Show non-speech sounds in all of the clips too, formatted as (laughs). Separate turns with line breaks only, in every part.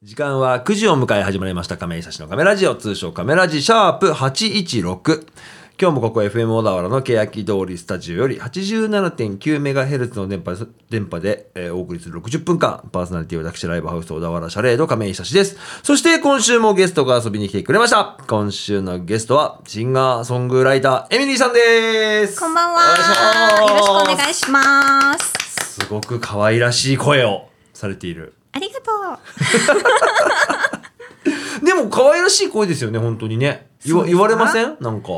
時間は9時を迎え始まりました亀井久志のカメラジオ通称カメラジシャープ816今日もここ FM 小田原の欅通りスタジオより 87.9MHz の電波です電波で、えーお送りする60分間パーソナリティは私ライブハウス小田原シャレード亀井久志ですそして今週もゲストが遊びに来てくれました今週のゲストはシンガーソングライターエミリーさんです
こんばんは。
お願
よ
い
ろしくお
しま
願いします。
すすごく可愛らしい声をされている
ありがとう。
でも可愛らしい声ですよね本当にね言わ
そうですか
言われませんなんか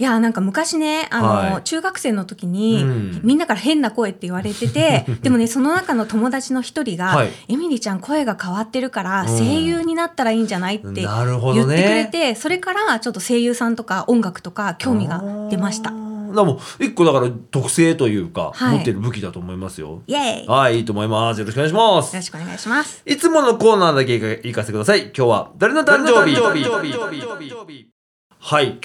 いやなんか昔ねあの、
はい
中学生の時に、
うん
みんなから変な声って言われ
(laughs)
ててでもねその中の友達の一人が、
はい
エミリーちゃん声が変わってるから、
ん
声優になったらいいんじゃないって言って
なるほど
く
ね
れて、それからちょっと声優さんとか音楽とか興味が出まし
あ
た
ーでも一個だから特性というか、
はい
持ってる武器だと思いますよ
イエーイよ
はいいいと思いますよろしくお願いしま
ろ
す
しくお願いします
いつものコーナーだけ行かせてください今日は誰の誕生日はい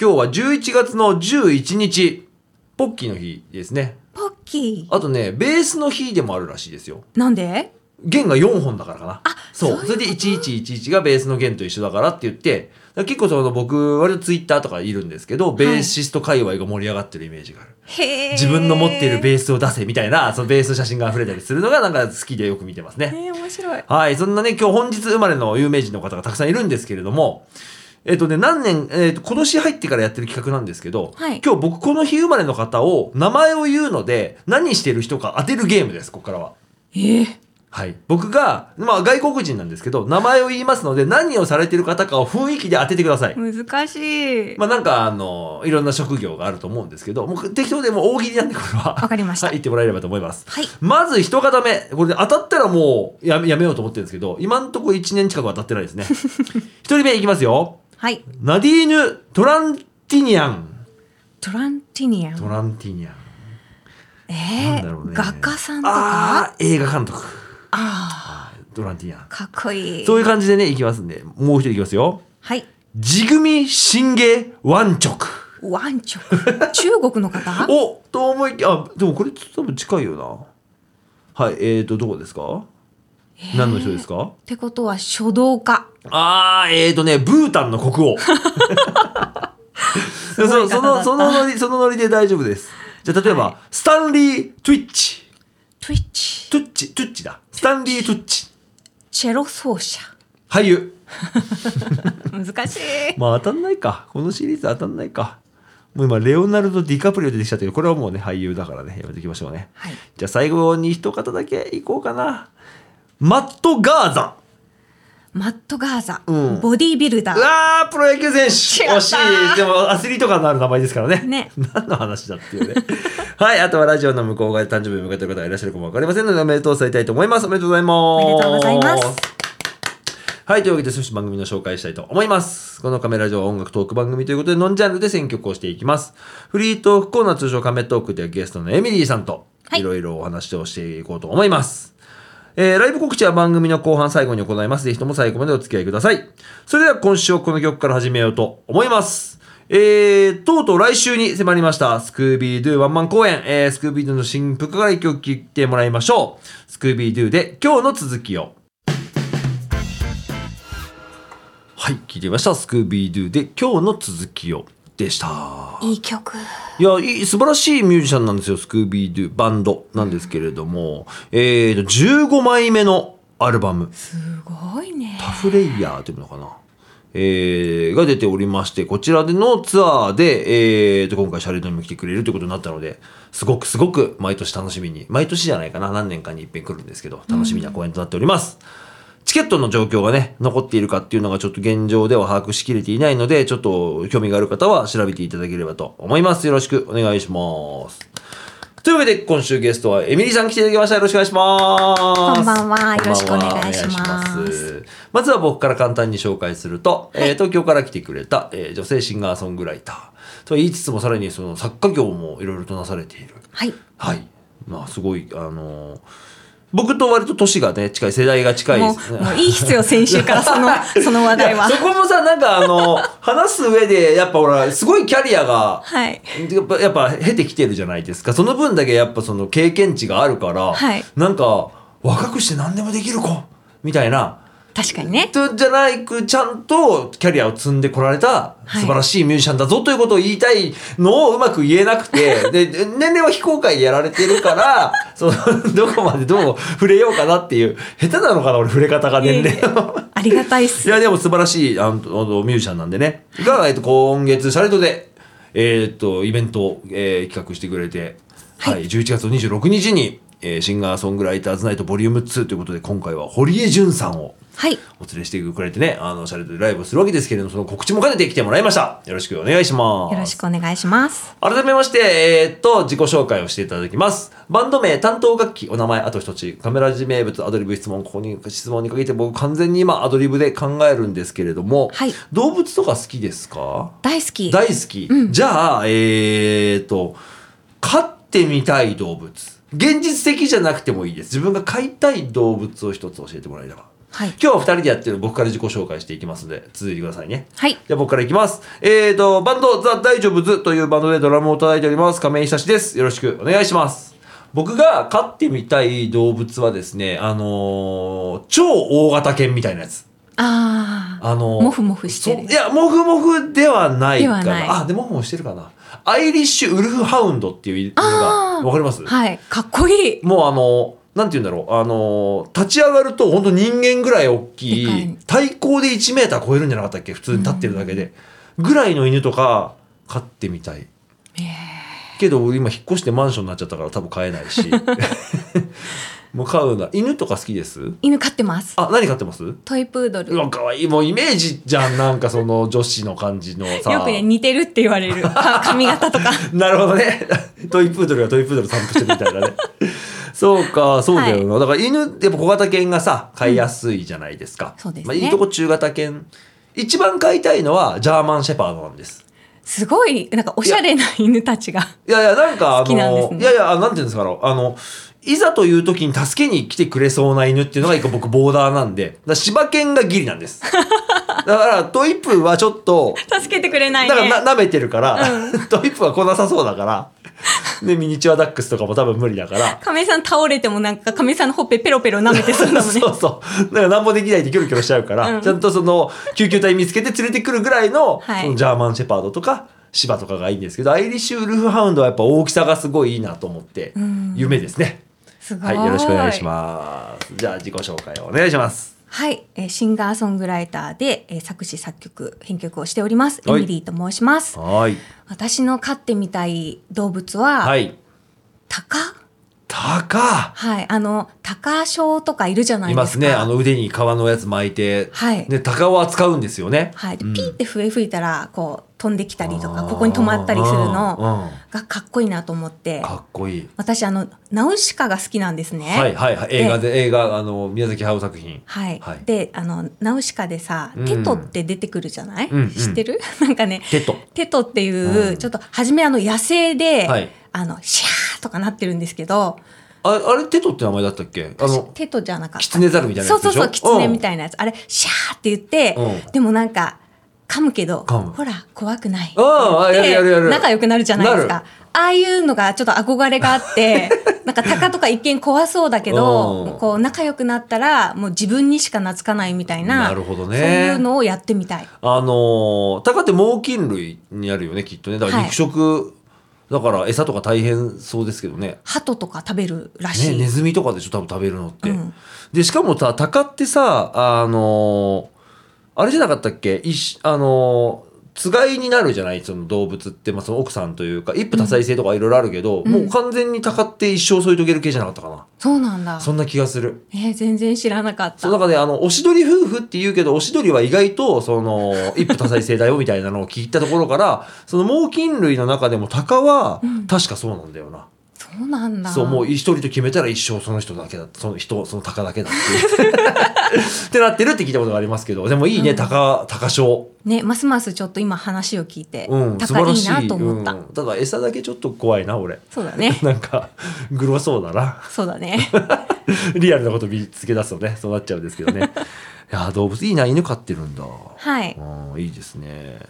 今日は11月の11日ポッキーの日ですね
ポッキ
あとねベースの日でもあるらしいですよ
ーなんで
弦が4本だからかな。そう。
そういうこと
それで1111がベースの弦と一緒だからって言って、だから結構その僕、割とツイッターとかいるんですけど、ベーシスト界隈が盛り上がってるイメージがある。
へー
自分の持っているベースを出せみたいな、そのベースの写真が溢れたりするのがなんか好きでよく見てますね。
へー面白い
はい。そんなね、今日本日生まれの有名人の方がたくさんいるんですけれども、えっとね、何年、えっと、今年入ってからやってる企画なんですけど、
はい
今日僕この日生まれの方を、名前を言うので、何してる人か当てるゲームです、ここからは。
えー
はい、僕が、まあ、外国人なんですけど名前を言いますので何をされてる方かを雰囲気で当ててください、
難しい。
まあ、なんかあのいろんな職業があると思うんですけどもう適当でもう大喜利なんでこれは
わかりました
はい、言ってもらえればと思います、
はい
まず一方目これで当たったらもうやめやめようと思ってるんですけど今んとこ1年近く当たってない
(laughs)
ですね一人目いきますよ
はい。
ナディーヌ・トランティニャン
トランティニア
ト
ン。
ランティニャン
え
なん
え
だろうね
画家さんとか
ああー映画監督
あ
トランティニャン
ーかっこいい。
そういう感じでねいきますんでもう一人いきますよ
はい。
ジグミ神芸湾直
ワンチョ。 (laughs) 中国の方
おと思いきあでもこれ多分近いよなはいえーとどこですか何の人ですか
ってことは書道家。
あーえーとねブータンの (laughs) 国王その
ごい方だった
そのそのノリそのノリで大丈夫ですじゃあ例えば、スタンリー・トゥイッチ
トゥイッチ。
トゥッチトゥッチだスタンリー・トゥッチ
チェロ奏者。
俳優
難しい。
まあ当たんないかこのシリーズ当たんないかもう今レオナルド・ディカプリオ出てきちゃったけどこれはもうね俳優だからねやめていきましょうね
はい。
じゃあ最後に一方だけいこうかな。マット・ガーザ
マット・ガーザ。
うん
ボディービルダ
ン。う
ー。
わー、プロ野球選手
違った
惜しいでもアスリート感のある名前ですからね。
ね
何の話だっていうね。 (laughs) はい、あとはラジオの向こう側で誕生日を迎えてる方がいらっしゃるかもわかりませんので、おめでとうされたいと思います。おめでとうございます。
おめでとうございます。
はい、というわけで、少し番組の紹介したいと思います。このカメラ上は音楽トーク番組ということで、ノンジャンルで選曲をしていきます。フリートークコーナー通称カメトークではゲストのエミリーさんと、
はい
いろいろお話をしていこうと思います。えーライブ告知は番組の後半最後に行います。ぜひとも最後までお付き合いください。それでは今週はこの曲から始めようと思います。えー、とうとう来週に迫りました、スクービードゥワンマン公演、えースクービードゥの新曲から一曲聴いてもらいましょう。スクービードゥで今日の続きを。はい、聴いてみました。スクービードゥで今日の続きをでした。
いい曲。
いやいい素晴らしいミュージシャンなんですよスクービー・ドゥバンドなんですけれども、えー、と15枚目のアルバム
すごい
「
ね
タ。フレイヤー」というのかな、えーが出ておりましてこちらでのツアーで、えー、と今回シャレードにも来てくれるということになったのですごくすごく毎年楽しみに毎年じゃないかな何年かに一遍来るんですけど楽しみな公演となっております。チケットの状況がね、残っているかっていうのがちょっと現状では把握しきれていないので、ちょっと興味がある方は調べていただければと思います。よろしくお願いします。というわけで、今週ゲストはエミリーさん来ていただきました。よろしくお願いします。
こんばんはよろしくお
こん
願いします
ばんはお願いしままずは僕から簡単に紹介すると、えー東京から来てくれた、えー女性シンガーソングライターと言いつつもさらにその作家業もいろいろとなされている。
はい。
はい。まあ、すごい、あのー僕と割と年がね、近い、世代が近いで
も
す
う
ね。
もういい必要先週からそ
(laughs)
のその話題はい
や。そこもさ、なんかあ
(laughs)
の、話す上で、やっぱほら、すごいキャリアが、
はい。
やっぱ、やっぱ経てきてるじゃないですか。その分だけやっぱその経験値があるから、
はい
なんか、若くして何でもできる子、みたいな、
確かにね。
とじゃないくちゃんとキャリアを積んでこられた
はい
素晴らしいミュージシャンだぞということを言いたいのをうまく言えなく
(laughs)
てでで年齢は非公開でやられてるからそのどこまでどう触れようかなっていう下手なのかな俺触れ方が年齢の。
ありがたいっ
(laughs) い
す。
やでも素晴らしいあのあのミュージシャンなんでねが、えっと、今月シャレットで、えーっとイベントを、えー企画してくれて、はい11月26日に、えーシンガーソングライターズナイトボリューム2ということで今回は堀江潤さんを
はい。
お連れしてくれてねあのシャレットでライブをするわけですけれどもその告知も兼ねて来てもらいましたよろしくお願いします
よろしくお願いします。
改めまして、えーっと、自己紹介をしていただきます。バンド名、担当楽器、お名前、あと一つ、カメラ字名物、アドリブ質問、ここに質問にかけて、僕完全に今アドリブで考えるんですけれども、
はい
動物とか好きですか
大好き。
大好き。じゃあ、えーっと、飼ってみたい動物。現実的じゃなくてもいいです。自分が飼いたい動物を一つ教えてもらえれば。
はい。
今日は二人でやってる僕から自己紹介していきますので、続いてくださいね。
はい。
じゃあ僕からいきます。えーと、バンド、ザ・大丈夫ズというバンドでドラムを叩いております、亀井久志です。よろしくお願いします。僕が飼ってみたい動物はですね、あのー超大型犬みたいなやつ。
ああ。
あのー
もふもふしてる
そういや、もふもふではないかな。
ではない
あ、でもふもふしてるかな。アイリッシュウルフハウンドっていうの
あ
が、
ー
わかります
はい。かっこいい。
もうあのなんて言うんだろうあの立ち上がると本当人間ぐらい大き
でか
い
い
体高で1メーター超えるんじゃなかったっけ普通に立ってるだけで、ぐらいの犬とか飼ってみたい
え
けど俺今引っ越してマンションになっちゃったから多分飼えない
(laughs)
しもう飼うな犬とか好きです
犬飼ってます。
あ何飼ってます
トイプードル。
う
よ
わ可愛いもうイメージじゃんなんかその女子の感じのさ
くね、似てるって言わ
(laughs)
れる。か髪型とか。
なるほどね。 (laughs) トイプードルがトイプードル散歩してるみたいな
(laughs)
ね。そうか、そうだよな。だから犬ってやっぱ小型犬がさ、飼いやすいじゃないですか。
そうですね
まあ、いいとこ中型犬。一番飼いたいのはジャーマンシェパードなんです。
すごい、なんかおしゃれな犬たちが。
いやいや、なんかあ
好きなんで
の、
すね
いやいや、あのなんていうんですかろう。あの、いざという時に助けに来てくれそうな犬っていうのが一個僕ボーダーなんで、だから柴犬がギリなん
(laughs)
です。だからトイプーはちょっと、
助けてくれない
だか
ね。
らな舐めてるから、 (laughs) トイプーは来なさそうだから、で、ミニチュアダックスとかも多分無理だから、
亀井さん倒れてもなんか亀井さんのほっぺペロペロ舐
(laughs)
めてそうだもんね。
そうそう。だから何もできないでキョロキョロしちゃうから、
うん
ちゃんとその救急隊見つけて連れてくるぐらいの,、
はい
そのジャーマンシェパードとか芝とかがいいんですけど、アイリッシュウルフハウンドはやっぱ大きさがすごいいいなと思って、
ん
夢ですね。
すご。
はいい、よろしくお願いします。じゃあ自己紹介をお願いします。
はい、えーシンガーソングライターで、えー作詞作曲編曲をしておりますエ
はい
ミリーと申します。
はい。
私の飼ってみたい動物は、
はい。
タカ
タカ
はい、あのタカショウとかいるじゃない
い
で
ますす
か。
ね。あの腕に皮のやつ巻いて、
はい
で、タカを扱うんですよね。
はい、で
うん
ピーって笛吹いたらこう飛んできたりとかここに止まったりするの
の。
がかっこいいなと思って
うん、かっこいい。
私あのナウシカが好きなんですね。
はいはいはい。映画で、映画、あの、宮崎駿作品。
はい、
はい
であのナウシカでさ、
うん
テトって出てくるじゃない、
うんうん
知ってる (laughs) なんかね
テト。
テトっていう、
うん
ちょっと初めあの野生で、
はい
あのシャーとかなってるんですけど
ああれテトって名前だったっけあの
テトじゃなかった
キツネザルみたいなやつでしょ
そうそうそうキツネみたいなやつ、あれシャーって言って、
う
でもなんか噛むけど
噛む
ほら怖くない
ああやるやるやる
仲良くなるじゃないです
な
か
る
ああいうのがちょっと憧れがあって
(laughs)
なんか鷹とか一見怖そうだけ
う
ど
ん
こう仲良くなったらもう自分にしか懐かないみたいな
なるほどね
そういうのをやってみたい
あのータカって猛禽類にあるよねきっとねだから
はい
肉食、だから餌とか大変そうですけどね
鳩とか食べるらし
ね
い、
ネズミとかでしょ多分食べるのって、
うん
でしかもさタカってさあのーあれじゃなかったっけいしあのーつがいになるじゃないその動物って、まあ、その奥さんというか一夫多妻制とかいろいろあるけど、
うん
もう完全にタカって一生添い遂げる系じゃなかったかな、
そうなんだ
そんな気がする
えー全然知らなかった
そうなんかね、あの、おしどり夫婦って言うけど、おしどりは意外と、そ
(laughs)
の、一夫多妻制だよみたいなのを聞いたところから、その猛禽類の中でもタカは、確かそうなんだよな。
そうなんだ
そう、もう一人と決めたら一生その人だけだ、その人、そのタカだけだっていう。 (laughs) ってなってるって聞いたことがありますけど、でもいいね、タカ、タカ賞。
ねますますちょっと今話を聞いて、
うん、素晴
高
ら
いい
しい。
なと思った、
うん、ただ餌だけちょっと怖いな、俺。
そうだね
(laughs) なんか、グロそうだな。
そう
(laughs)
だね
リアルなこと見つけ出すとね、そうなっちゃうんですけど
(laughs)
ね。いやー、動物いいな、犬飼ってるんだ。
はい
うんいいですね。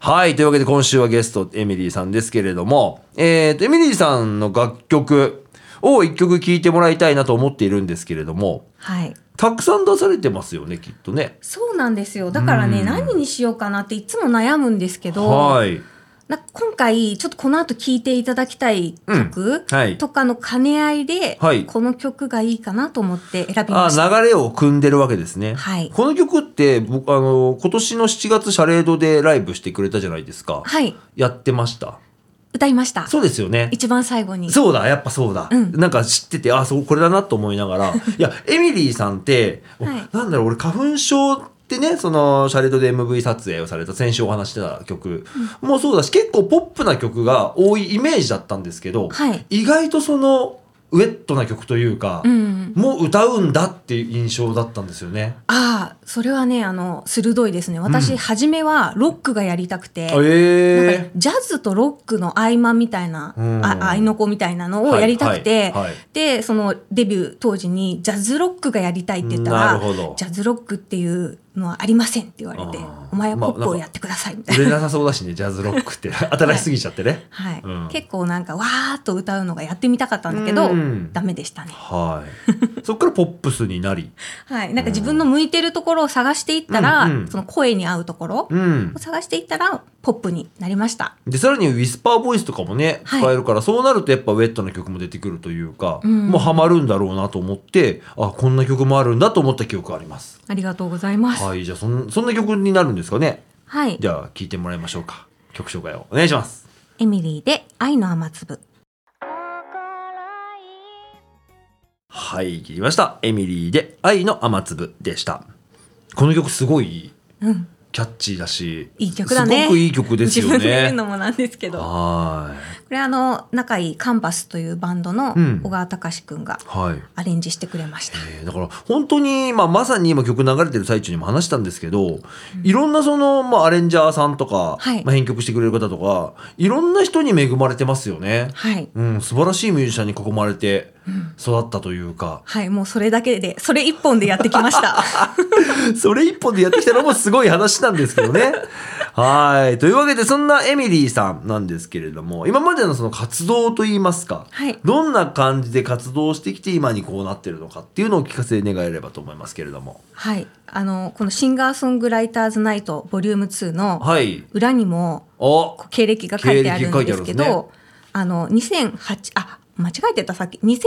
はい。というわけで今週はゲスト、エミリーさんですけれども、えーと、エミリーさんの楽曲を一曲聴いてもらいたいなと思っているんですけれども、
はい
たくさん出されてますよね、きっとね。
そうなんですよだからね、
うん
何にしようかなっていつも悩むんですけど、
はい。
なんか今回ちょっとこの後聴いていただきたい曲
うんはい
とかの兼ね合いで、
はい
この曲がいいかなと思って選びま
あ
した。
流れを組んでるわけですね。
はい
この曲って、僕、あの、今年の7月、シャレードでライブしてくれたじゃないですか。
はい
やってました。
歌いました
そうですよね。
一番最後に
そうだ、やっぱそうだ。
うん
なんか知ってて、あ、そう、これだなと思いなが
(laughs)
ら。いや、エミリーさんって、お
はい
なんだろう、俺、花粉症ってね、その、シャレードで MV 撮影をされた、先週お話してた曲、もうそうだし、結構ポップな曲が多いイメージだったんですけど、
はい
意外とその、ウェットな曲というか、
うん
もう歌うんだっていう印象だったんですよね。
ああそれはねあの鋭いですね私、
うん
初めはロックがやりたくて、なんか
え
ジャズとロックの合間みたいな、
うん
あ合いの子みたいなのをやりたくて、
はいはいはい
でそのデビュー当時にジャズロックがやりたいって言った
な
ら
るほど
ジャズロックっていうのはありませんって言われて
あー
お前はポ
ま
ッ
あ
プ
なん
を
か
やってくださいみた
ー、
い
売れ
な。
なさそうだしね、ジャズロッ
(laughs)
クって。新しすぎちゃってね。
はい
うん
結構なんかわーっと歌うのがやってみたかったんだけど、
うん
ダメでしたね、 (laughs)
はい。そっからポップスになり。
はい、なんか自分の向いてるところを探していったら、
うんうん
その声に合うところ
うん
を。探していったらポップになりました、
で、さらにウィスパーボイスとかもね、
はい
使えるから、そうなるとやっぱウェットな曲も出てくるというか、
うん
もうハマるんだろうなと思って、あ、こんな曲もあるんだと思った記憶あります。
ありがとうございますは
は
い、
い、じゃあそん、そんな曲になるんですかね。じゃあ、聴いてもらいましょうか。曲紹介をお願いします。
エミリーで愛の雨粒
はい、切りました。エミリーで愛の雨粒でした。この曲すごい
うん
キャッチーだし、
いい曲だね
すごくいい曲ですよ
自分で言う
ね。
のもなんですけどこ
は
れあの仲いいカンバスというバンドの
うん
小川隆くんが
い。はい。
アレンジしてくれました、
えーだから本当に、まあ、まさに今曲流れてる最中にも話したんですけど、いろんなその、まあ、アレンジャーさんとか、
はい
まあ、編曲してくれる方とかいろんな人に恵まれてますよね、
はい
うん、素晴らしいミュージシャンに囲まれて育ったというか、
はいもうそれだけでそれ一本でやってきました
(laughs) それ一本でやってきたのもすごい話なんですけど
(laughs)
ね。はい。というわけで、そんなエミリーさんなんですけれども、今までのその活動といいますか、
はい
どんな感じで活動してきて今にこうなってるのかっていうのをお聞かせ願えればと思いますけれども。
はいあのこのシンガーソングライターズナイトボリューム2の
はい。
裏にも
お
こう経歴が書いてあるんですけ
経歴書いてあるん
どあの2008あ間違えてたさっき2008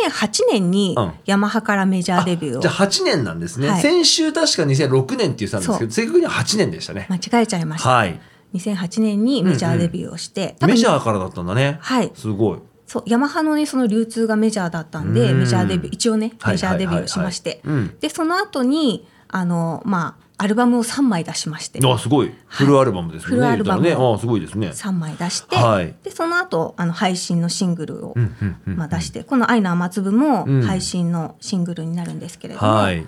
年に
うん
ヤマハからメジャーデビューを
じゃあ8年なんですね。
はい
先週確か2006年って言ってたんですけ
そ
ど、正確には8年でしたね。
間違えちゃいました、
はい。
2008年にメジャーデビューをして、多分
メジャーからだったんだね。
はい
すごい。
そうヤマハのねその流通がメジャーだったんで
うん
メジャーデビュー一応ね
はい
メジャーデビューしまして、
はいはいはいうん
でその後にあのまあアルバムを3枚出しまして
あ、すごい。フルアルバムですね。
フルアルバム
言ったらね。あ、すごいですね。
3枚出して、
はい
でその後あの配信のシングルを、
うんうんうんうん
まあ、出してこの「愛の雨粒」も
うん
配信のシングルになるんですけれども、
はい。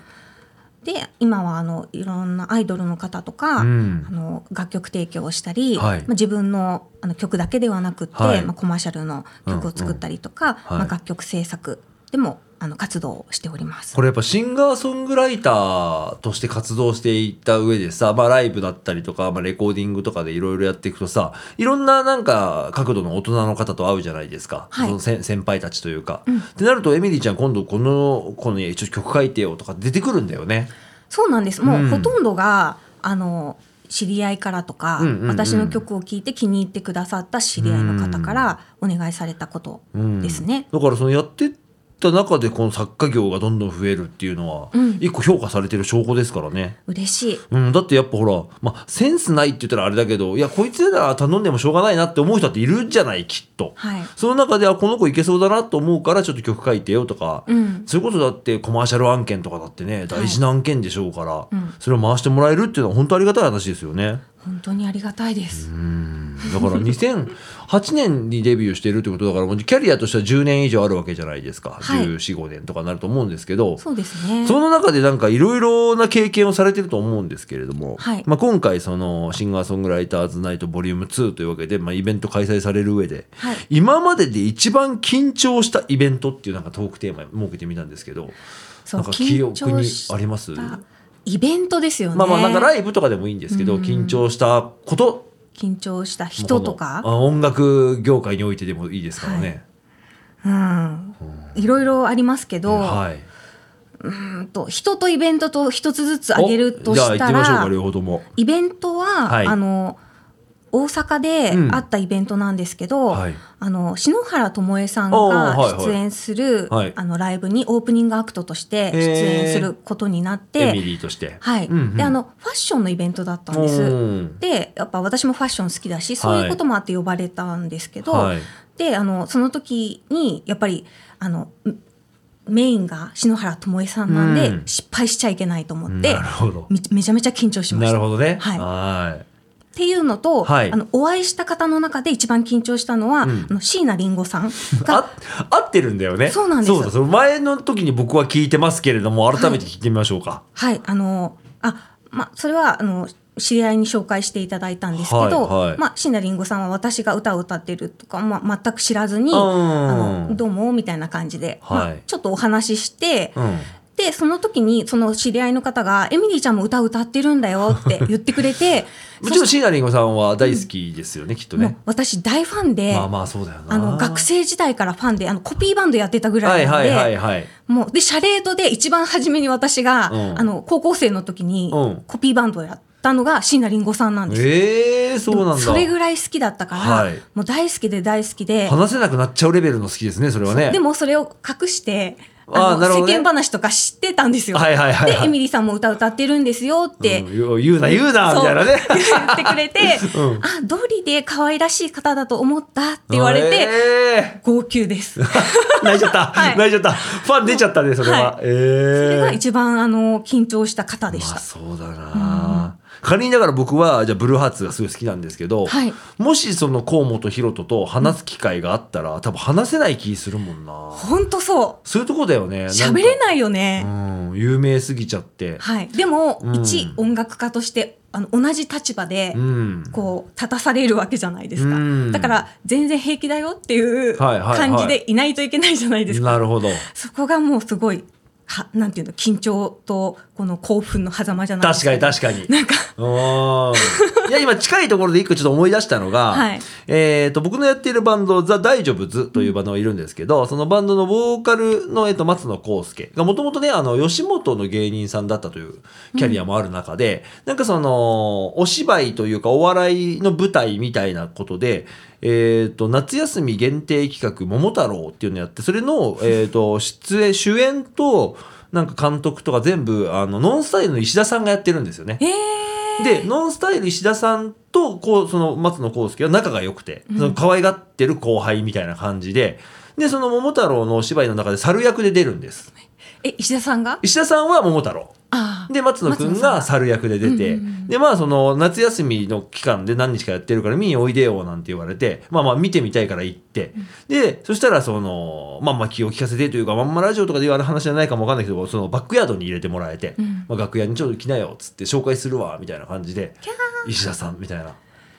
で今はあのいろんなアイドルの方とか、
うん
あの楽曲提供をしたり、
はい
まあ、自分のあの曲だけではなくって、
はい
まあ、コマーシャルの曲を作ったりと
う
か、
ん
ま
は
あ、
い
楽曲制作でもあの活動をしております。
これやっぱシンガーソングライターとして活動していった上でさ、まあライブだったりとか、まあレコーディングとかでいろいろやっていくとさ、いろんななんか角度の大人の方と会うじゃないですか。
はい
その先先輩たちというか。ってなると、エミリーちゃん今度この子に一応曲書いてよとか出てくるんだよね。
そうなんですもう、
うん
ほとんどがあの知り合いからとか、
うんうんうん
私の曲を聴いて気に入ってくださった知り合いの方からお願いされたこと
うん
ですね。
だからそのやってった中でこの作家業がどんどん増えるっていうのは、
うん
一個評価されてる証拠ですからね。
嬉しい
うん、だってやっぱほら、まあ、センスないって言ったらあれだけど、いや、こいつら頼んでもしょうがないなって思う人だっているじゃない、きっと。
はい
その中で、あ、この子いけそうだなと思うから、ちょっと曲書いてよとか、
うん
それこそだってコマーシャル案件とかだってね、大事な案件でしょうから、
うん
それを回してもらえるっていうのは本当ありがたい話ですよ
(laughs)
ね。
本当にありがたいです。
うんだから2008年にデビューしてるってことだから、もうキャリアとしては10年以上あるわけじゃないですか。
はい
14、5年とかになると思うんですけど、
そうですね
その中でなんかいろいろな経験をされてると思うんですけれども、
はい
まあ、今回そのシンガーソングライターズナイトボリューム2というわけで、まあ、イベント開催される上で、
はい
今までで一番緊張したイベントっていうなんかトークテーマ設けてみたんですけど、
そう
なんか記憶
緊張
に
した
あります
イベントですよね。
まあまあなんかライブとかでもいいんですけど、
うん
緊張したこと
緊張した人と
こ
か、
のあ音楽業界においてでもいいですからね。
うん、いろいろありますけど、
はい
うーんと人とイベントと一つずつ上げると
お
し
じゃあ行ったてみましょうから両方とも
イベントは、
はい
あの大阪で
うん
あったイベントなんですけど、
はい
あの篠原ともえさん
おーはい
が
はい
出演する、
はい
あのライブにオープニングアクトとして出演することになって、
エミリーとして
はい
うんうん
であのファッションのイベントだったんです。
うん
でやっぱ私もファッション好きだしそういうこともあって呼ばれたんですけど、
はい
であのその時にやっぱりあのんメインが篠原ともえさんなんで、
うん
失敗しちゃいけないと思って
なるほど
めめちゃめちゃ緊張しま
な
し
る
た。っ
ほどね
はい
は
ていうのと、
はい
あのお会いした方の中で一番緊張したのは、
うん
あの椎名林檎さん
い (laughs)
が
あ合ってるんだよね
そうなんです
そうだその前の時に僕は聞いてますけれども改めて聞いてみましょうか
はい、あの、あ、まあ、それは、あの、知り合いに紹介していただいたんですけど、
はいはい
まあ、椎名林檎さんは私が歌を歌ってるとか、まあ、全く知らずに、
うん
あの、どうも、みたいな感じで、
はい
まあちょっとお話しして、
うん
で、その時に、その知り合いの方が、エミリーちゃんも歌を歌ってるんだよって言ってくれて、
(laughs) もちろん椎名林檎さんは大好きですよねきっと
もう
ね
私大ファンで、
まあまあそうだよな
あの、学生時代からファンで、あの、コピーバンドやってたぐら
はいい
なん
は
で、
いはいはい
もう、で、シャレードで一番初めに私が、
うん
あの、高校生の時に
うん、
コピーバンドをやったのが、椎名林檎さんなんです。
ええそうなんだ
それぐらい好きだったから、
はい
もう大好きで大好きで、
話せなくなっちゃうレベルの好きですねそれはね
でもそれを隠して、
あー
あ
なるほ
の、
どね
世間話とか知ってたんですよ。
はいはいはいはい
で、エミリーさんも歌歌ってるんですよって、
うん言う言うな言うなみ
そう
たいなね
言ってくれて、
(laughs) うん
あ、ドリで可愛らしい方だと思ったって言われて、
て、
号泣です。
泣いちゃった、
(laughs) はい
泣いちゃったファン出ちゃったねそれは、
は
ええ
それが一番、あの、緊張した方でし
まあ
た。
そうだな、仮にだから僕はじゃあブルーハーツがすごい好きなんですけど、
はい
もしその河本ロ人と話す機会があったら、多分話せない気するもんな
ほんとそう。
そういうとこだよね
喋れ
い
ないよね。
うん有名すぎちゃって、
はい。でも、
うん
一音楽家として、あの、同じ立場で
う、ん
こう、立たされるわけじゃないですか。
うん
だから、全然平気だよっていう
はいはいはい
感じでいないといけないじゃないですか。
なるほど
そこがもうすごい、は、なんていうの、緊張と、この興奮の狭間じゃないで
確
す
かに確かに
なんか、
うーんいや今近いところで一個ちょっと思い出したのが、
はい
えー、と僕のやっているバンドザ・大丈夫ズというバンドがいるんですけどそのバンドのボーカルの、えっと松野康介がもともとねあの吉本の芸人さんだったというキャリアもある中で、なんかそのお芝居というかお笑いの舞台みたいなことで、えー、と夏休み限定企画「桃太郎」っていうのやってそれの、えー、と出演主演となんか監督とか全部あのノンスタイルの石田さんがやってるんですよね。
えー、
で、ノンスタイル石田さんと、こう、その松野康介は仲が良くて、その可愛がってる後輩みたいな感じで、で、その桃太郎のお芝居の中で猿役で出るんです。
え、石田さんが
石田さんは桃太郎。
ああ。
で、松野くんが猿役で出て、
松野さんがうんうんうん
で、まあ、その、夏休みの期間で何日かやってるから見においでよ、なんて言われて、まあまあ、見てみたいから行って、で、そしたら、その、まあまあ、気を利かせてというか、まんまラジオとかで言われる話じゃないかもわかんないけど、その、バックヤードに入れてもらえて、
うん
まあ、楽屋にちょっと来なよ、つって紹介するわ、みたいな感じで、石田さん、みたいな。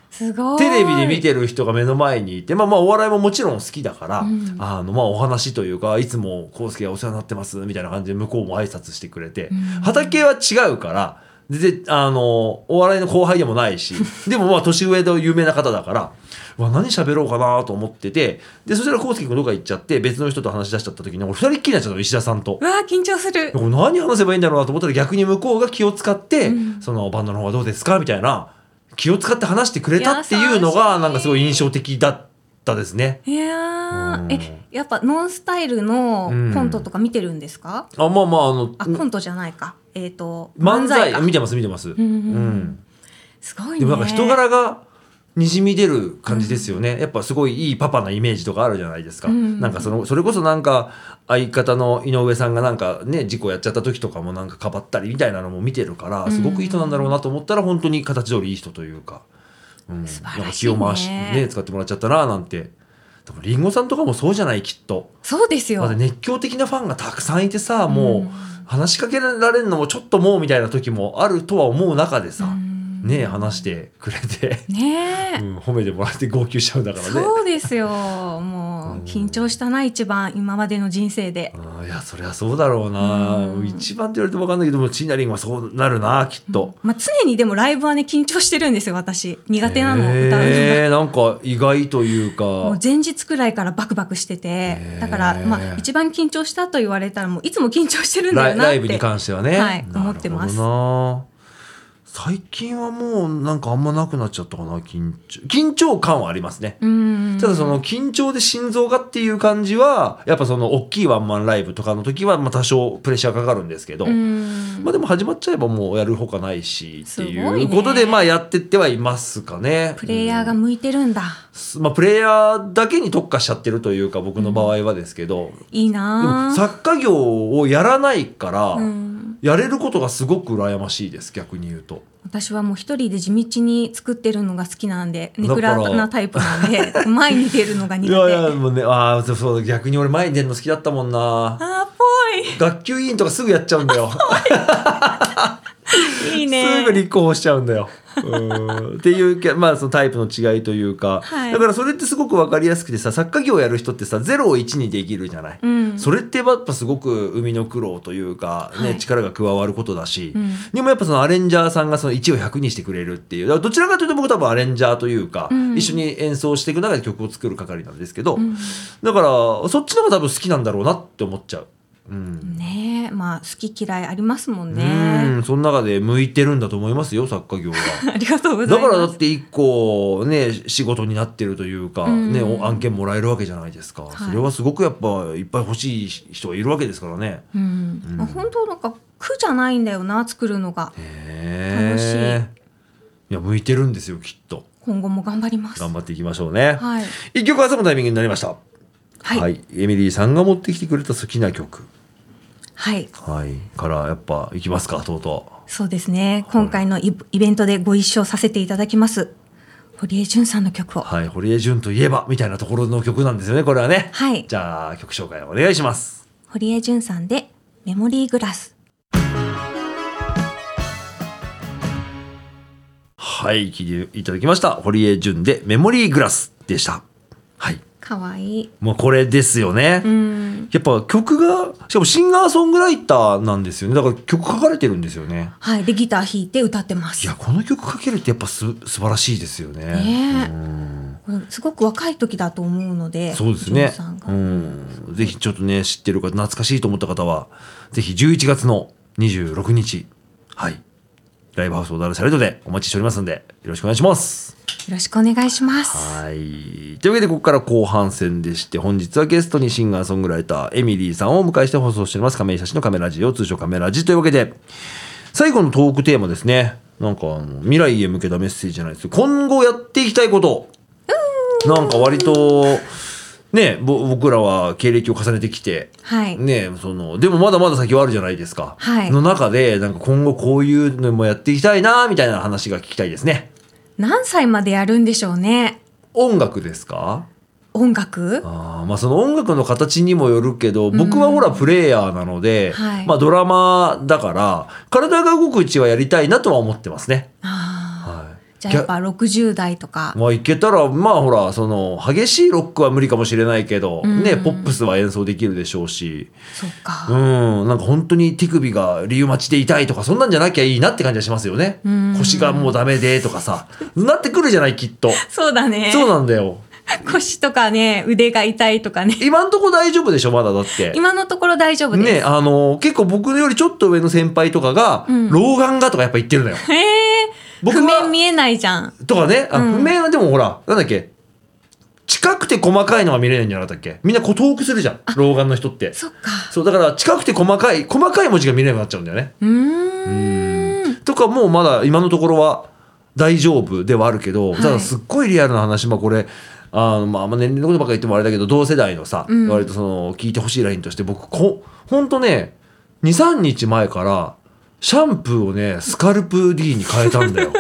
すごい。
テレビで見てる人が目の前にいて、まあまあお笑いももちろん好きだから、
うん
あのまあお話というか、いつも康介がお世話になってますみたいな感じで向こうも挨拶してくれて、
ん
畑は違うから、で、あの、お笑いの後輩でもない
(laughs)
し、でもまあ年上で有名な方だから、うわ、何喋ろうかなと思ってて、で、そしたら康介君どっか行っちゃって、別の人と話し出しちゃった時に、俺二人っきりになっちゃったの、石田さんと。
うわー緊張する。
これ何話せばいいんだろうなと思ったら逆に向こうが気を使って、
うん
そのバンドの方はどうですかみたいな気を使って話してくれたっていうの
優し
が
い
なんかすごい印象的だったですね。
いや
うん
ー、え、やっぱノンスタイルのコントとか見てるんですか、
あまあまああの
あ、コントじゃないか。えっ、と、
漫才
か
見てます見てます。
うんうんうん
うん
すごいね。
でもなんか人柄がにじみ出る感じですよね、やっぱすごいいいパパなイメージとかあるじゃないですか、
うん
なんかそのそれこそなんか相方の井上さんがなんかね事故やっちゃった時とかもなんかかばったりみたいなのも見てるからすごくいい人なんだろうなと思ったら本当に形通りいい人というか、うん
素晴
なん
らしいね
か気を回してね使ってもらっちゃったななんてでもりんごさんとかもそうじゃないきっと。
そうですよ。
まだ熱狂的なファンがたくさんいてさもう
うん
話しかけられるのもちょっともうみたいな時もあるとは思う中でさ、
うん
ね、話してくれて、
ねえ、
うん、褒めてもらって号泣しちゃうんだからね。
そうですよもう緊張したな一番今までの人生で
うんいやそりゃそうだろうな、
うん
一番って言われても分かんないけどもチーナリンはそうなるなきっと、
まあ、常にでもライブはね緊張してるんですよ私苦手なの、歌うのが
えー、なんか意外というか
もう前日くらいからバクバクしてて
へー
だから、まあ、一番緊張したと言われたらもういつも緊張してるんだ
ラ
よ
イ
なって
ライブに関してはね、
は
なる
い
ほどな
思ってます
最近はもうなんかあんまなくなっちゃったかな緊張緊張感はありますね、
うん
ただその緊張で心臓がっていう感じはやっぱその大きいワンマンライブとかの時はまあ多少プレッシャーかかるんですけど、
うん
まあでも始まっちゃえばもうやるほかないしって
すご
い
いうね
ことでまあやってってはいますかね。
プレイヤーが向いてるんだ
うんまあプレイヤーだけに特化しちゃってるというか僕の場合はですけど、
いい
で
な
も
あ
作家業をやらないから、
うん、
やれることがすごく羨ましいです逆に言うと。
私はもう一人で地道に作ってるのが好きなんで
だ
ネ
か
ク
ら
ラなタイプなんで
(laughs)
前に出るのが苦
い
手
やいやもうねああそうそう逆に俺前に出るの好きだったもんな。
あーぽ
学級委員とかすぐやっちゃうんだよ。
いいいね
すぐ立候補しちゃうんだよ。うんっていうけ、まあ、そのタイプの違いというか、
はい
だからそれってすごく分かりやすくてさ作家業やる人ってさ0を1にできるじゃない、
うん
それってやっぱすごく生みの苦労というか、ね
はい
力が加わることだし、
うん
でもやっぱそのアレンジャーさんがその1を100にしてくれるっていうだからどちらかというと僕多分アレンジャーというか、
うん
一緒に演奏していく中で曲を作る係なんですけど、
うん
だからそっちの方が多分好きなんだろうなって思っちゃう。うん
ねえまあ好き嫌いありますもん
う
ね
んその中で向いてるんだと思いますよ作家業は。
(laughs) ありがとうござ
だ
い
か
ます
らだって一個ね仕事になってるというか、
うん
ねお案件もらえるわけじゃないですか、
い
それはすごくやっぱいっぱい欲しい人がいるわけですからね
うん
うん
まあ本当なんか苦じゃないんだよな作るのが
へえ
楽
いや向いてるんですよきっと
今後も頑張ります
頑張っていきましょうね、
はい
一曲挟むタイミングになりました
はいはい、
エミリーさんが持ってきてくれた好きな曲はいからやっぱいきますかとうと
そうですね今回のイイベントでご一緒させていただきます堀江潤さんの曲を
うはい堀江潤といえばみたいなところの曲なんですよねこれはね
はい
じゃあ曲紹介お願いします
堀江潤さんでメモリーグラス
はい聴いていただきました堀江潤で「メモリーグラス」でしたはい
かわいい
もうこれですよね、
うん
やっぱ曲がしかもシンガーソングライターなんですよねだから曲書かれてるんですよね
はいでギター弾いて歌ってま
い
す
やこの曲書けるってやっぱす素晴らしいですよね
ねえ
うん
これすごく若い時だと思うので
そうですね
潤さんが、
うんぜひちょっとね知ってる方懐かしいと思った方はぜひ11月の26日はいライブハウス小田原シャレードでお待ちしておりますのでよろしくお願いします
よろしくお願いします
はい。というわけで、ここから後半戦でして、本日はゲストにシンガーソングライター、エミリーさんをお迎えして放送しております、亀井写真のカメラジオ、通称カメラジというわけで、最後のトークテーマですね。なんか、あの未来へ向けたメッセージじゃないですけど、今後やっていきたいこと。なんか割と、ね、ぼ僕らは経歴を重ねてきて、
はい、
ねその、でもまだまだ先はあるじゃないですか。
はい
の中で、なんか今後こういうのもやっていきたいな、みたいな話が聞きたいですね。
何歳までやるんでしょうね
音楽ですか
音楽
あーまあその音楽の形にもよるけど僕はほらプレイヤーなので、
はい
まあドラマーだから体が動くうちはやりたいなとは思ってますね。
ああ
はい、
じゃあやっぱ60代とか
まあいけたらまあほらその激しいロックは無理かもしれないけど、
うん
ねポップスは演奏できるでしょうし
そう
う
か、
んなんか本当に手首が理由待ちで痛いとかそんなんじゃなきゃいいなって感じがしますよね
うん。
腰がもうダメでとかさなってくるじゃないきっと。
そうだ (laughs) ね
そうなんだよ。
腰とかね腕が痛いとかね
今んとこ大丈夫でしょまだだって。
今のところ大丈夫です、
ね、あの結構僕よりちょっと上の先輩とかが、
うん
老眼がとかやっぱ言ってるのよ。
へえ
僕は
譜面見えないじゃん
とかね、あ、
うん
譜面はでもほら、なんだっけ、近くて細かいのは見れないんじゃなかったっけみんなこう遠くするじゃん、老眼の人って。
そっか
そう、だから近くて細かい、細かい文字が見れなくなっちゃうんだよね。
うーん
とかもうまだ今のところは大丈夫ではあるけど、
はい
ただすっごいリアルな話、まあこれ、あのまあ、あんま年齢のことばっかり言ってもあれだけど同世代のさ、
うん
割とその聞いてほしいラインとして僕こほんとね23日前からシャンプーをねスカルプ D に変えたんだよ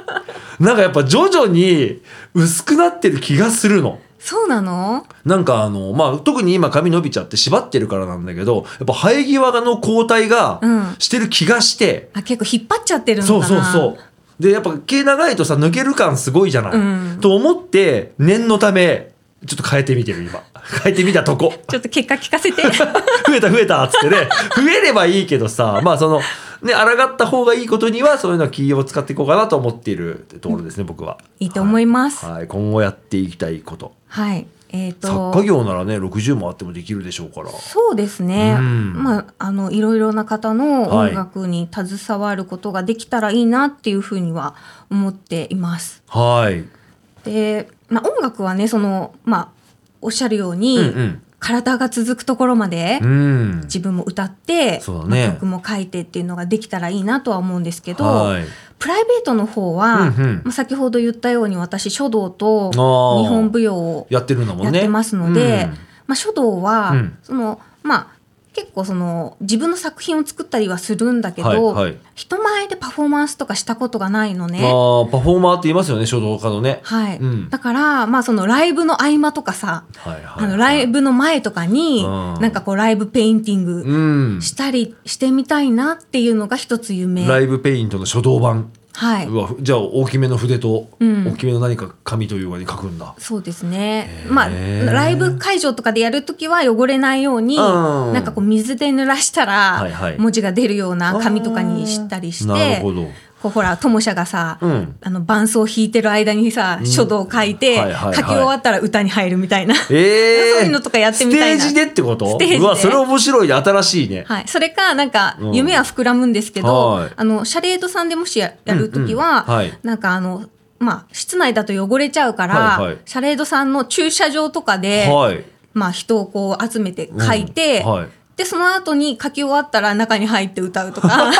(laughs) なんかやっぱ徐々に薄くなってる気がするの
そうなの
なんかあの、まあ、特に今髪伸びちゃって縛ってるからなんだけどやっぱ生え際の交代が
うん
してる気がして、
あ結構引っ張っちゃってるのか
そう
な
そうそうでやっぱ毛長いとさ抜ける感すごいじゃない、
うん
と思って念のためちょっと変えてみてる今 (laughs) 変えてみたとこ
ちょっと結果聞かせて
増えた増えたっつってね増えればいいけどさまあそのね抗った方がいいことにはそういうのは気を使っていこうかなと思っているところですね、僕はい
いと思います。はい、
はい、今後やっていきたいこと
えっ、
作
と
家業ならね60もあってもできるでしょうから
そうですね、
うん
まあ、あのいろいろな方の
はい
音楽に携わることができたらいいなっていうふうには思っています。
はい
で、まあ、音楽はねその、まあ、おっしゃるように、
うん
体が続くところまで
うんうん
自分も歌って、
そうだね
まあ曲も書いてっていうのができたらいいなとは思うんですけど、
はい
プライベートの方は、
うんうん
まあ、先ほど言ったように私書道と
ー
日本舞踊を
やってるんだも
や
ん
っ
ね
てますので、
うん
まあ、書道は、
うん
そのまあ結構その自分の作品を作ったりはするんだけど、
はいはい
人前でパフォーマンスとかしたことがないのね。
ああパフォーマーって言いますよね書道家のね
はい、
うん
だから、まあ、そのライブの合間とかさ、
はいはい
あのライブの前とかに、
うん
なんかこうライブペインティング
うん
したりしてみたいなっていうのが一つ夢。
ライブペイントの書道版。
はいう
わじゃあ大きめの筆と
うん
大きめの何か紙というかに書くんだ
そうですね
へ。ー
まあ、ライブ会場とかでやるときは汚れないように、
うん
なんかこう水で濡らした
はい
ら
は、い
文字が出るような紙とかにしたりして、
なるほど
こうほら、ともしゃがさ、
うん
あの、伴奏を弾いてる間にさ、書道を書いて、
はいはいはい
書き終わったら歌に入るみ
(laughs)
たいな。
ええ
そういうのとかやってみたいな
ステージでってこと
ステージで
うわそれ面白いね新しいね
はい。それか、なんか
う、ん
夢は膨らむんですけど、
はい
あの、シャレードさんでもしややるときは、
うんうんはい
なんかあの、まあ、室内だと汚れちゃうから、
はいはい
シャレードさんの駐車場とかで、
はい
まあ、人をこう集めて書いて、
うんはい
で、その後に書き終わったら中に入って歌う
(laughs)
とか、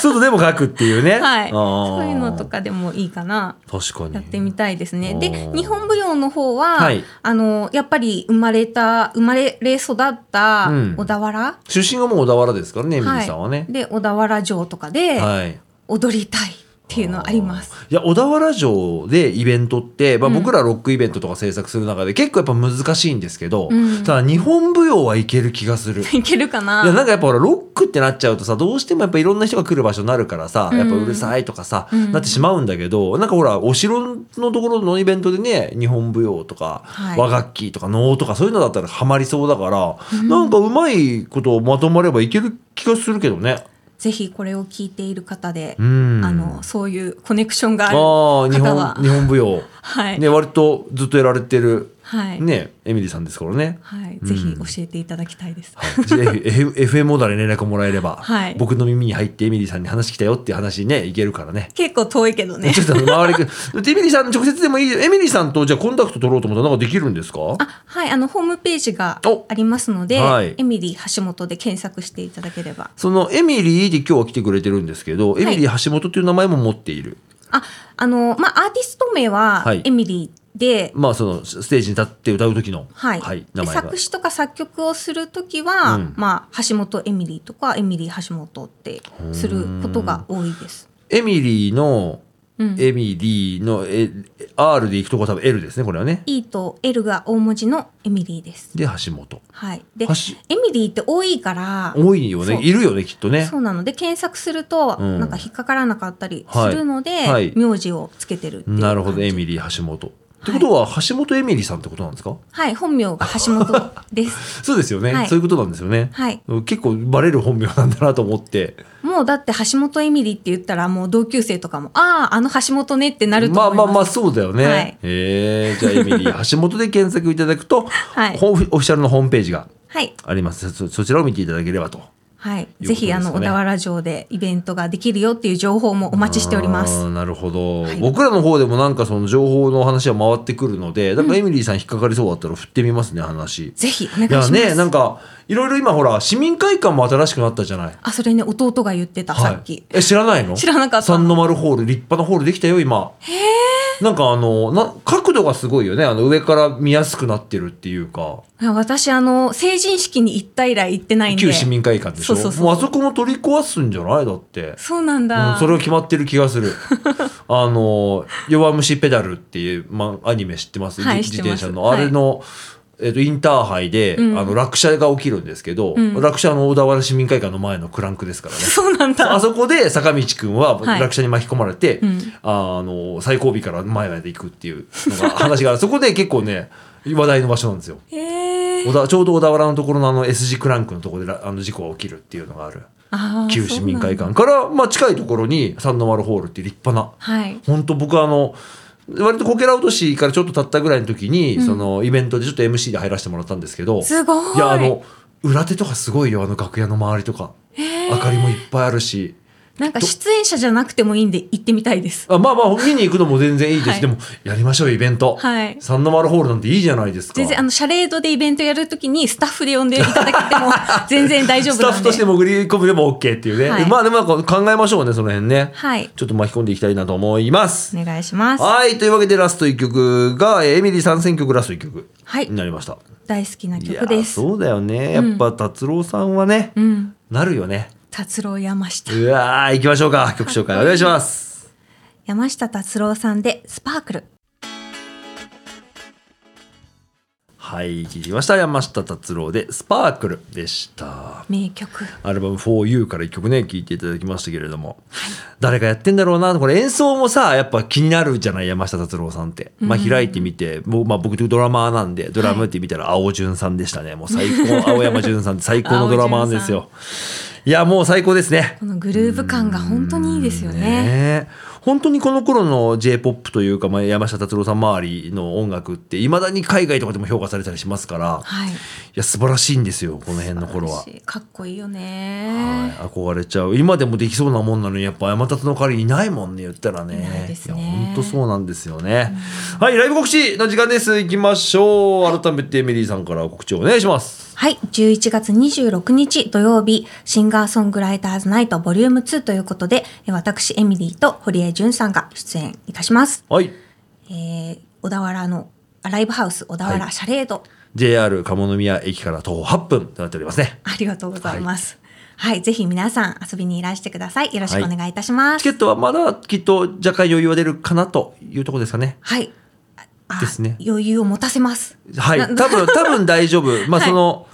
外でも書くっていうね
(laughs) はい。
あー
そういうのとかでもいいかな。
確か
やっ
に
てみたいですね。で
おー、
日本舞踊の方は、
はい
あの、やっぱり生まれた、生まれ育った
うん
小田原、
出身がもう小田原ですからねミ
は
ニ
い
さんはね
で、小田原城とかで
はい
踊りたいっていうのはあります。
いや小田原城でイベントって、まあ、僕らロックイベントとか制作する中で結構やっぱ難しいんですけど、
うん
ただ日本舞踊はいける気がする。
いけるか
いや
な
なんかやっぱほらロックってなっちゃうとさどうしてもやっぱいろんな人が来る場所になるからさ、
うん
やっぱうるさいとかさ、
うん
なってしまうんだけどなんかほらお城のところのイベントでね日本舞踊とか、
はい
和楽器とか能とかそういうのだったらハマりそうだから、なんかうまいことまとまればいける気がするけどね。
ぜひこれを聞いている方で、
うん、
あの、そういうコネクションがあ
あ
る
ー日
方
本
は、
日本舞踊、
はい、
ね、割とずっとやられてる
はい、
ね、エミリーさんですからね。
はい、
うん
ぜひ教えていただきたいです。
ぜひ (laughs) F- FM オーダーに連絡もらえれば、
はい
僕の耳に入ってエミリーさんに話来たよっていう話ね、いけるからね。
結構遠いけどね
ち。ょっと周りく、 (laughs) エミリーさん直接でもいいよエミリーさんとじゃあコンタクト取ろうと思ったらなんかできるんですか
あ、はい、あのホームページが
お
ありますので、
はい
エミリー橋本で検索していただければ。
そのエミリーで今日は来てくれてるんですけど、
い
エミリー橋本という名前も持っている。
あ、あの、まあ、アーティスト名は
はい
エミリーで、
まあそのステージに立って歌う時の、
はい、
名
で
前が
作。詞とか作曲をするときは、
うん
まあ、橋本エミリーとか、エミリー橋本ってすることが多いです。
エミリーの、
うん
エミリーの、え R で行くとこは多分 L ですね、これはね。
E と L が大文字のエミリーです。
で、橋本。
はい。で、エ
橋
ミリーって多いから、
多いよ
そ
ね。
う
いるよね、きっとね。
そうなので検索すると、
うん
なんか引っかからなかったりするので、
はいはい
名字をつけてるっていう
なるほど、
感じ
エミリー橋本。ってことは、橋本エミリーさんってことなんですか
はい、本名が橋本
(laughs)
です。
そうですよね、
はい
そういうことなんですよね。
はい。
結構バレる本名なんだなと思って。
もうだって橋本エミリーって言ったらもう同級生とかも、ああ、あの橋本ねってなると
まあ
思い
ま
ま
あ
す。
まあ、そうだよね。
はい
えーじゃあエミリー橋本で検索いただくと、
はい
ほんオフィシャルのホームページが
はい。
あります。そそちらを見ていただければと。
は
とい
い。
うことですかね
ぜひ、あの、小田原城でイベントができるよっていう情報もお待ちしておりま
あ
す。
ーなるほど、
はい
僕らの方でもなんかその情報の話は回ってくるので、なんかエミリーさん引っかかりそうだったら振ってみますね、話。
ぜひ、お願い
い
しま
や
す。
ね、なんか、いろいろ今ほら、市民会館も新しくなったじゃない。
あ、それね、弟が言ってた、
はい
さっき。
え、知らないの
知らなかった
三の丸ホール、立派なホールできたよ、今。なんかあの、な、角度がすごいよね。あの、上から見やすくなってるっていうか、
私、あの、成人式に行った以来行ってないんで。
旧市民会館でしょ。
そうそうそう
もうあそこも取り壊すんじゃないだって。
そうなん
う
だ。
ん、それは決まってる気が
(laughs)
する。あの、弱虫ペダルっていう、ま、アニメ知ってます,、
はい
自
知って
転
ます
車の。あれの、えっとインターハイで、
うん
あの落車が起きるんですけど、
うん
落車の大田原市民会館の前のクランクですからね
(laughs) そうなん
あ
だ。
そこで坂道くんは
はい
落車に巻き込まれて、
うん
あの最後尾から前まで行くっていうのが話
(laughs)
があるそこで結構ね話題の場所なんですよ
へえ
小。田ちょうど小田原のところのあの S 字クランクのところでらあの事故が起きるっていうのがある
あー
旧市民会。館から、まあ、近いところに三の丸ホールっていう立派な
そうなんだはい。
本当僕はあの割とこけら落としからちょっと経ったぐらいの時に、
うん
そのイベントでちょっと MC で入らせてもらったんですけど
すごい。
いやあの裏手とかすごいよあの楽屋の周りとか
へー
明かりもいっぱいあるし。
なんか出演者じゃなくてもいいんで行ってみたいです。
あまあまあ見に行くのも全然いいです、
はい
でもやりましょうよイベント、
はい
三の丸ホールなんていいじゃないですか
全然あのシャレードでイベントやるときにスタッフで呼んでいただけて
(laughs)
も全然大丈
ス
夫
タッ
なん
フ
で
として潜り込みでも OK っていうね、
はい
まあでもなんか考えましょうねその辺ね、
はい
ちょっと巻き込んでいきたいなと思います
お願いします
はいというわけでラスト1曲が、えーエミリー参戦曲ラスト1曲
はい
になりました、
大好きない
や
曲です
そうだよねやっぱ達郎さんはね、
うん
なるよね
達郎山下
うわー行きましょうか曲紹介お願いします
山下達郎さんでスパークル
はい聞きました山下達郎で「スパークル」でした
名曲
アルバム For You から一曲ね、聴いていただきましたけれども、誰がやってんだろうな、これ演奏もさ、やっぱ気になるじゃない、山下達郎さんって。まあ開いてみて、もうまあ僕ドラマーなんで、ドラムって見たら青潤さんでしたね。もう最高、青山潤さんっ
(laughs)
て最高のドラマーなんですよ。いや、もう最高ですね。
このグルーヴ感が本当にいいですよね
ねえ本当にこの頃の J-POP というか、まあ、山下達郎さん周りの音楽って、いまだに海外とかでも評価されたりしますから、
はい
いや、素晴らしいんですよ、この辺の頃は。
かっこいいよ
はい
ね、
憧れちゃう今でもできそうなもんなのにやっぱ山里の代わりいないもんね言ったらね
いないですね
や本当そうなんですよね、はいライブ告知の時間です行きましょう改めてエミリーさんから告知をお願いします
はい。11月26日土曜日、シンガーソングライターズナイトボリューム2ということで、え私、エミリーと堀江純さんが出演いたします。
はい
えー、小田原の、あライブハウス小田
は
原
い
シャレード、
JR 鴨宮駅から徒歩8分となっておりますね
ありがとうございます。はい、ぜひ皆さん遊びにいらしてください。よろしくお願いいたしま
チ
す。
ケットはまだきっと若干余裕は出るかなというところですかね
はい。あ
ですね
余裕を持たせます。
はい、
な
多分、多分大
(laughs)
丈夫。まあ、
はい
その、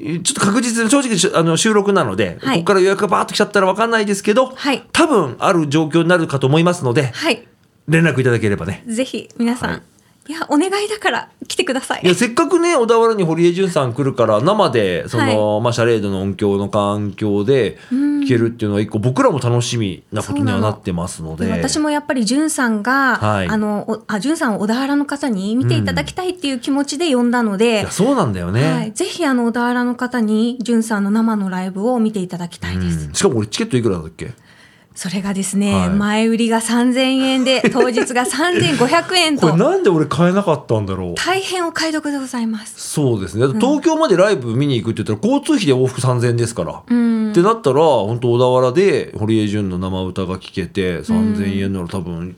ちょっと確実に、正直し、あの、収録なので、
はい
ここから予約がバーッと来ちゃったらわかんないですけど、
はい
多分ある状況になるかと思いますので、
はい。
連絡いただければね。
ぜひ皆さん、
はい
い、や、お願いだから来てください。
いや、せっかくね、小田原に堀江潤さん来るから、生で、その、まあ、シャレードの音響の環境で、聞けるっていうのは一個、僕らも楽しみなことにはなってますので。
私もやっぱりじゅんさんが、
はい
あのおあじゅんさんを小田原の方に見ていただきたいっていう気持ちで呼んだの
い
で
や、、そうなんだよね。
はい、ぜひあの小田原の方にじゅんさんの生のライブを見ていただきたいです。
うんしかも、俺、チケットいくらだったっけ
それがですね、
はい
前売りが3000
(laughs)
円で当日が3500円
これ、
と
なんで俺買えなかったんだろう。
大変お買い得でございます。
そうですね。だって東京までライブ見に行くって言ったら、交通費で往復3000円ですから。
うん
ってなったら、本当小田原で堀江潤の生歌が聴けて、3000円なら多分、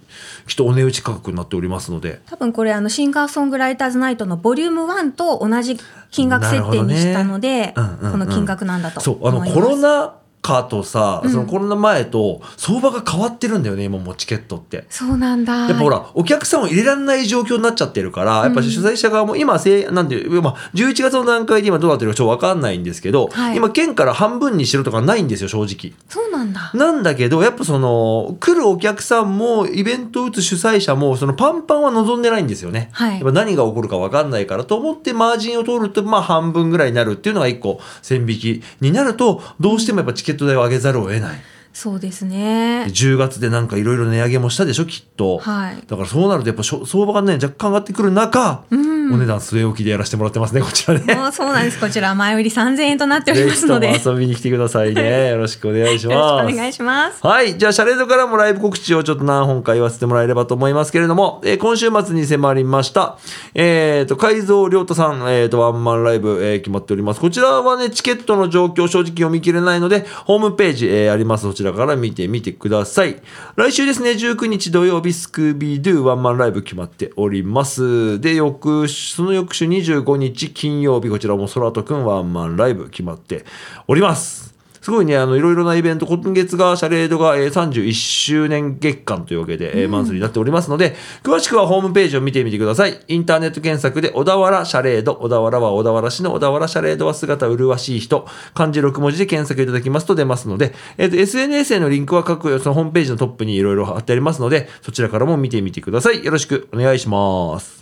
きっとお値打ち価格になっておりますので。
多分これあのシンガーソングライターズナイトのボリューム1と同じ金額設定にしたので、
なるほどねうんうんうん
この金額なんだと
そう、あ
思い
の、
ます。
コロナ禍とさ、そのコロナ前と、相場が変わってるんだよね、今もうチケットって。
そうなんだ。
やっぱほら、お客さんを入れられない状況になっちゃってるから、やっぱ主催者側も今、せいなんていう、まあ、11月の段階で今どうなってるかちょっとわかんないんですけど、
はい
今、県から半分にしてるとかないんですよ、正直。
そうなんだ。
なんだけど、やっぱその、来るお客さんも、イベントを打つ主催者も、そのパンパンは望んでないんですよね。
はい
やっぱ何が起こるか分かんないからと思って、マージンを取ると、まあ半分ぐらいになるっていうのが一個線引きになると、どうしてもやっぱチケット代を上げざるを得ない。
そうです
で
ね。
10月でなんかいろいろ値上げもしたでしょ、きっと。
はい。
だからそうなるとやっぱしょ相場がね、若干上がってくる中、
ん
お値段据え置きでやらせてもらってますね、こちらね。
もうそうなんです。こちら前売り3000円となっており
ぜ
ま
ひ
す
と
の
も
で、よろし
遊びに来てくださいね。よろし (laughs) くお願いし
く
ます。
お願いします。
はい。じゃあ、シャレードからもライブ告知をちょっと何本か言わせてもらえればと思いますけれども、えー今週末に迫りました、えっ、と、改造良太さん、えっ、と、ワンマンライブ、えー決まっております。こちらはね、チケットの状況、正直読み切れないので、ホームページ、えーあります。そちらから見てみてください。来週ですね、19日土曜日、スクービードゥワンマンライブ決まっております。で、翌週、その翌週25日金曜日、こちらも空とくんワンマンライブ決まっております。すごいね、あの、いろいろなイベント、今月が、シャレードが、えー、31周年月間というわけで、えーマンスリーになっておりますので、詳しくはホームページを見てみてください。インターネット検索で、小田原シャレード、小田原は小田原市の小田原シャレードは姿麗しい人、漢字6文字で検索いただきますと出ますので、えーと、SNS へのリンクは各、そのホームページのトップにいろいろ貼ってありますので、そちらからも見てみてください。よろしくお願いします。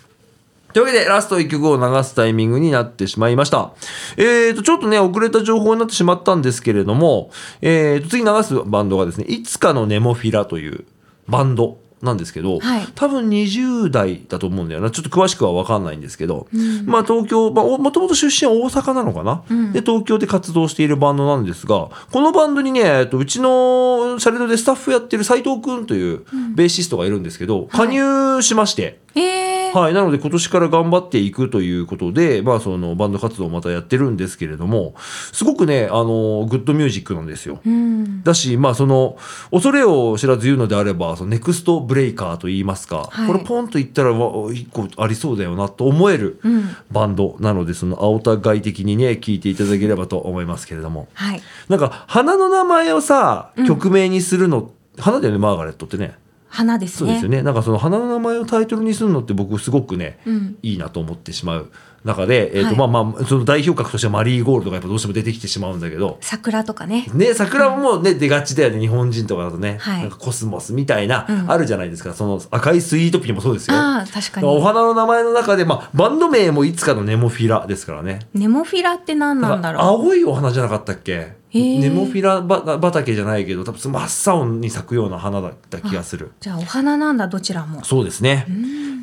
というわけで、ラスト1曲を流すタイミングになってしまいました。えーと、ちょっとね、遅れた情報になってしまったんですけれども、えーと、次流すバンドがですね、いつかのネモフィラというバンドなんですけど、
はい
多分20代だと思うんだよな。ちょっと詳しくは分かんないんですけど、まあ東京、まあおもともと出身は大阪なのかな、で、東京で活動しているバンドなんですが、このバンドにね、えっと、うちのシャレドでスタッフやってる斉藤くんというベーシストがいるんですけど、加入しまして、
えー、
はい、なので今年から頑張っていくということで、まあ、そのバンド活動をまたやってるんですけれどもすごくねあのグッドミュージックなんですよ。
うん。
だし、まあ、その恐れを知らず言うのであればそのネクストブレイカーといいますか、
はい
これポンと言ったらわ一個ありそうだよなと思える
うん。
バンドなのでその青田外的にね聞いていただければと思いますけれども
はい。
なんか花の名前をさ
うん
曲名にするの、花だよねマーガレットってね。
花です
そう
ね。
ですよねなんかその花の名前をタイトルにするのって僕すごくね、
うん
いいなと思ってしまう中で、えー
はい
とまあまあその代表格としてはマリーゴールドがやっぱどうしても出てきてしまうんだけど。
桜とかね。
ね、桜もね、出がちだよね日本人とかだとね、
はい
なんかコスモスみたいな、
うん
あるじゃないですかその赤いスイートピーもそうですよ
ああ、確か
お
に。
花の名前の中で、まあ、バンド名もいつかのネモフィラですからね
ネモフィラって何なんだろ
青いお花じゃなかったっけ
へー
ネモフィラば畑じゃないけど多分真っ青に咲くような花だった気がする
う。じゃあ、お花なんだ、どちらも。
そうですね。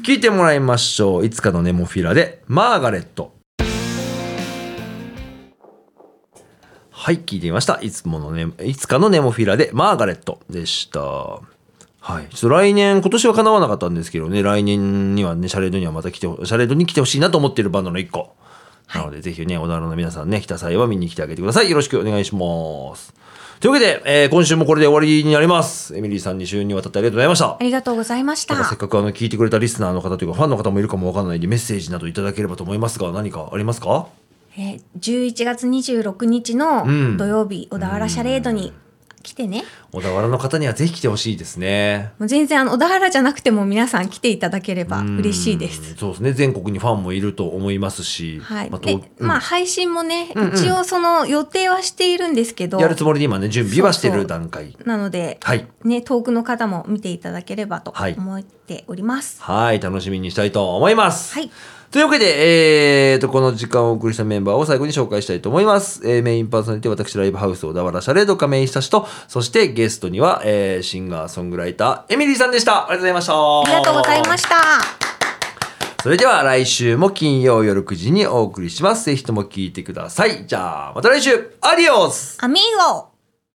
聞いてもらいましょう。いつかのネモフィラで、マーガレット。はい、聞いてみました。いつものね、いつかのネモフィラで、マーガレットでした。はい。ちょっと来年、今年は叶わなかったんですけどね、来年にはね、シャレードにはまた来てほ、シャレードに来てほしいなと思っているバンドの一個。なので、ぜひね、小田原の皆さんね、来た際は見に来てあげてください。よろしくお願いします。というわけで、えー今週もこれで終わりになります。エミリーさん2週にわたってありがとうございました
あ。りがとうございまし
なんか
た
せっ。かくあの聞いてくれたリスナーの方というかファンの方もいるかもわかんないんでメッセージなどいただければと思いますが何かありますか
えー、11月26日
うん
の土曜日、小田原シャレードに来てね。
小田原の方にはぜひ来てほしいですね。
もう全然あの小田原じゃなくても皆さん来ていただければ嬉しいで
う
す
ん。そうですね全国にファンもいると思いますし、
はい。
まあ
で
東、
まあ
うん
配信もね、
んうん
一応その予定はしているんですけど、
やるつもりで今ね準備はして
そう
る
そう
段階
なので、
はい
ね、遠くの方も見ていただければと
はい
思っております。
はい楽しみにしたいと思います。
はい。
というわけで、えー、と、この時間をお送りしたメンバーを最後に紹介したいと思います。えーメインパーソナリティ、私、ライブハウス、小田原シャレード、亀井久志と、そしてゲストには、えーシンガー、ソングライター、エミリーさんでした。ありがとうございました。
ありがとうございました。
それでは来週も金曜夜9時にお送りします。ぜひとも聞いてください。じゃあ、また来週アディオス
アミーゴ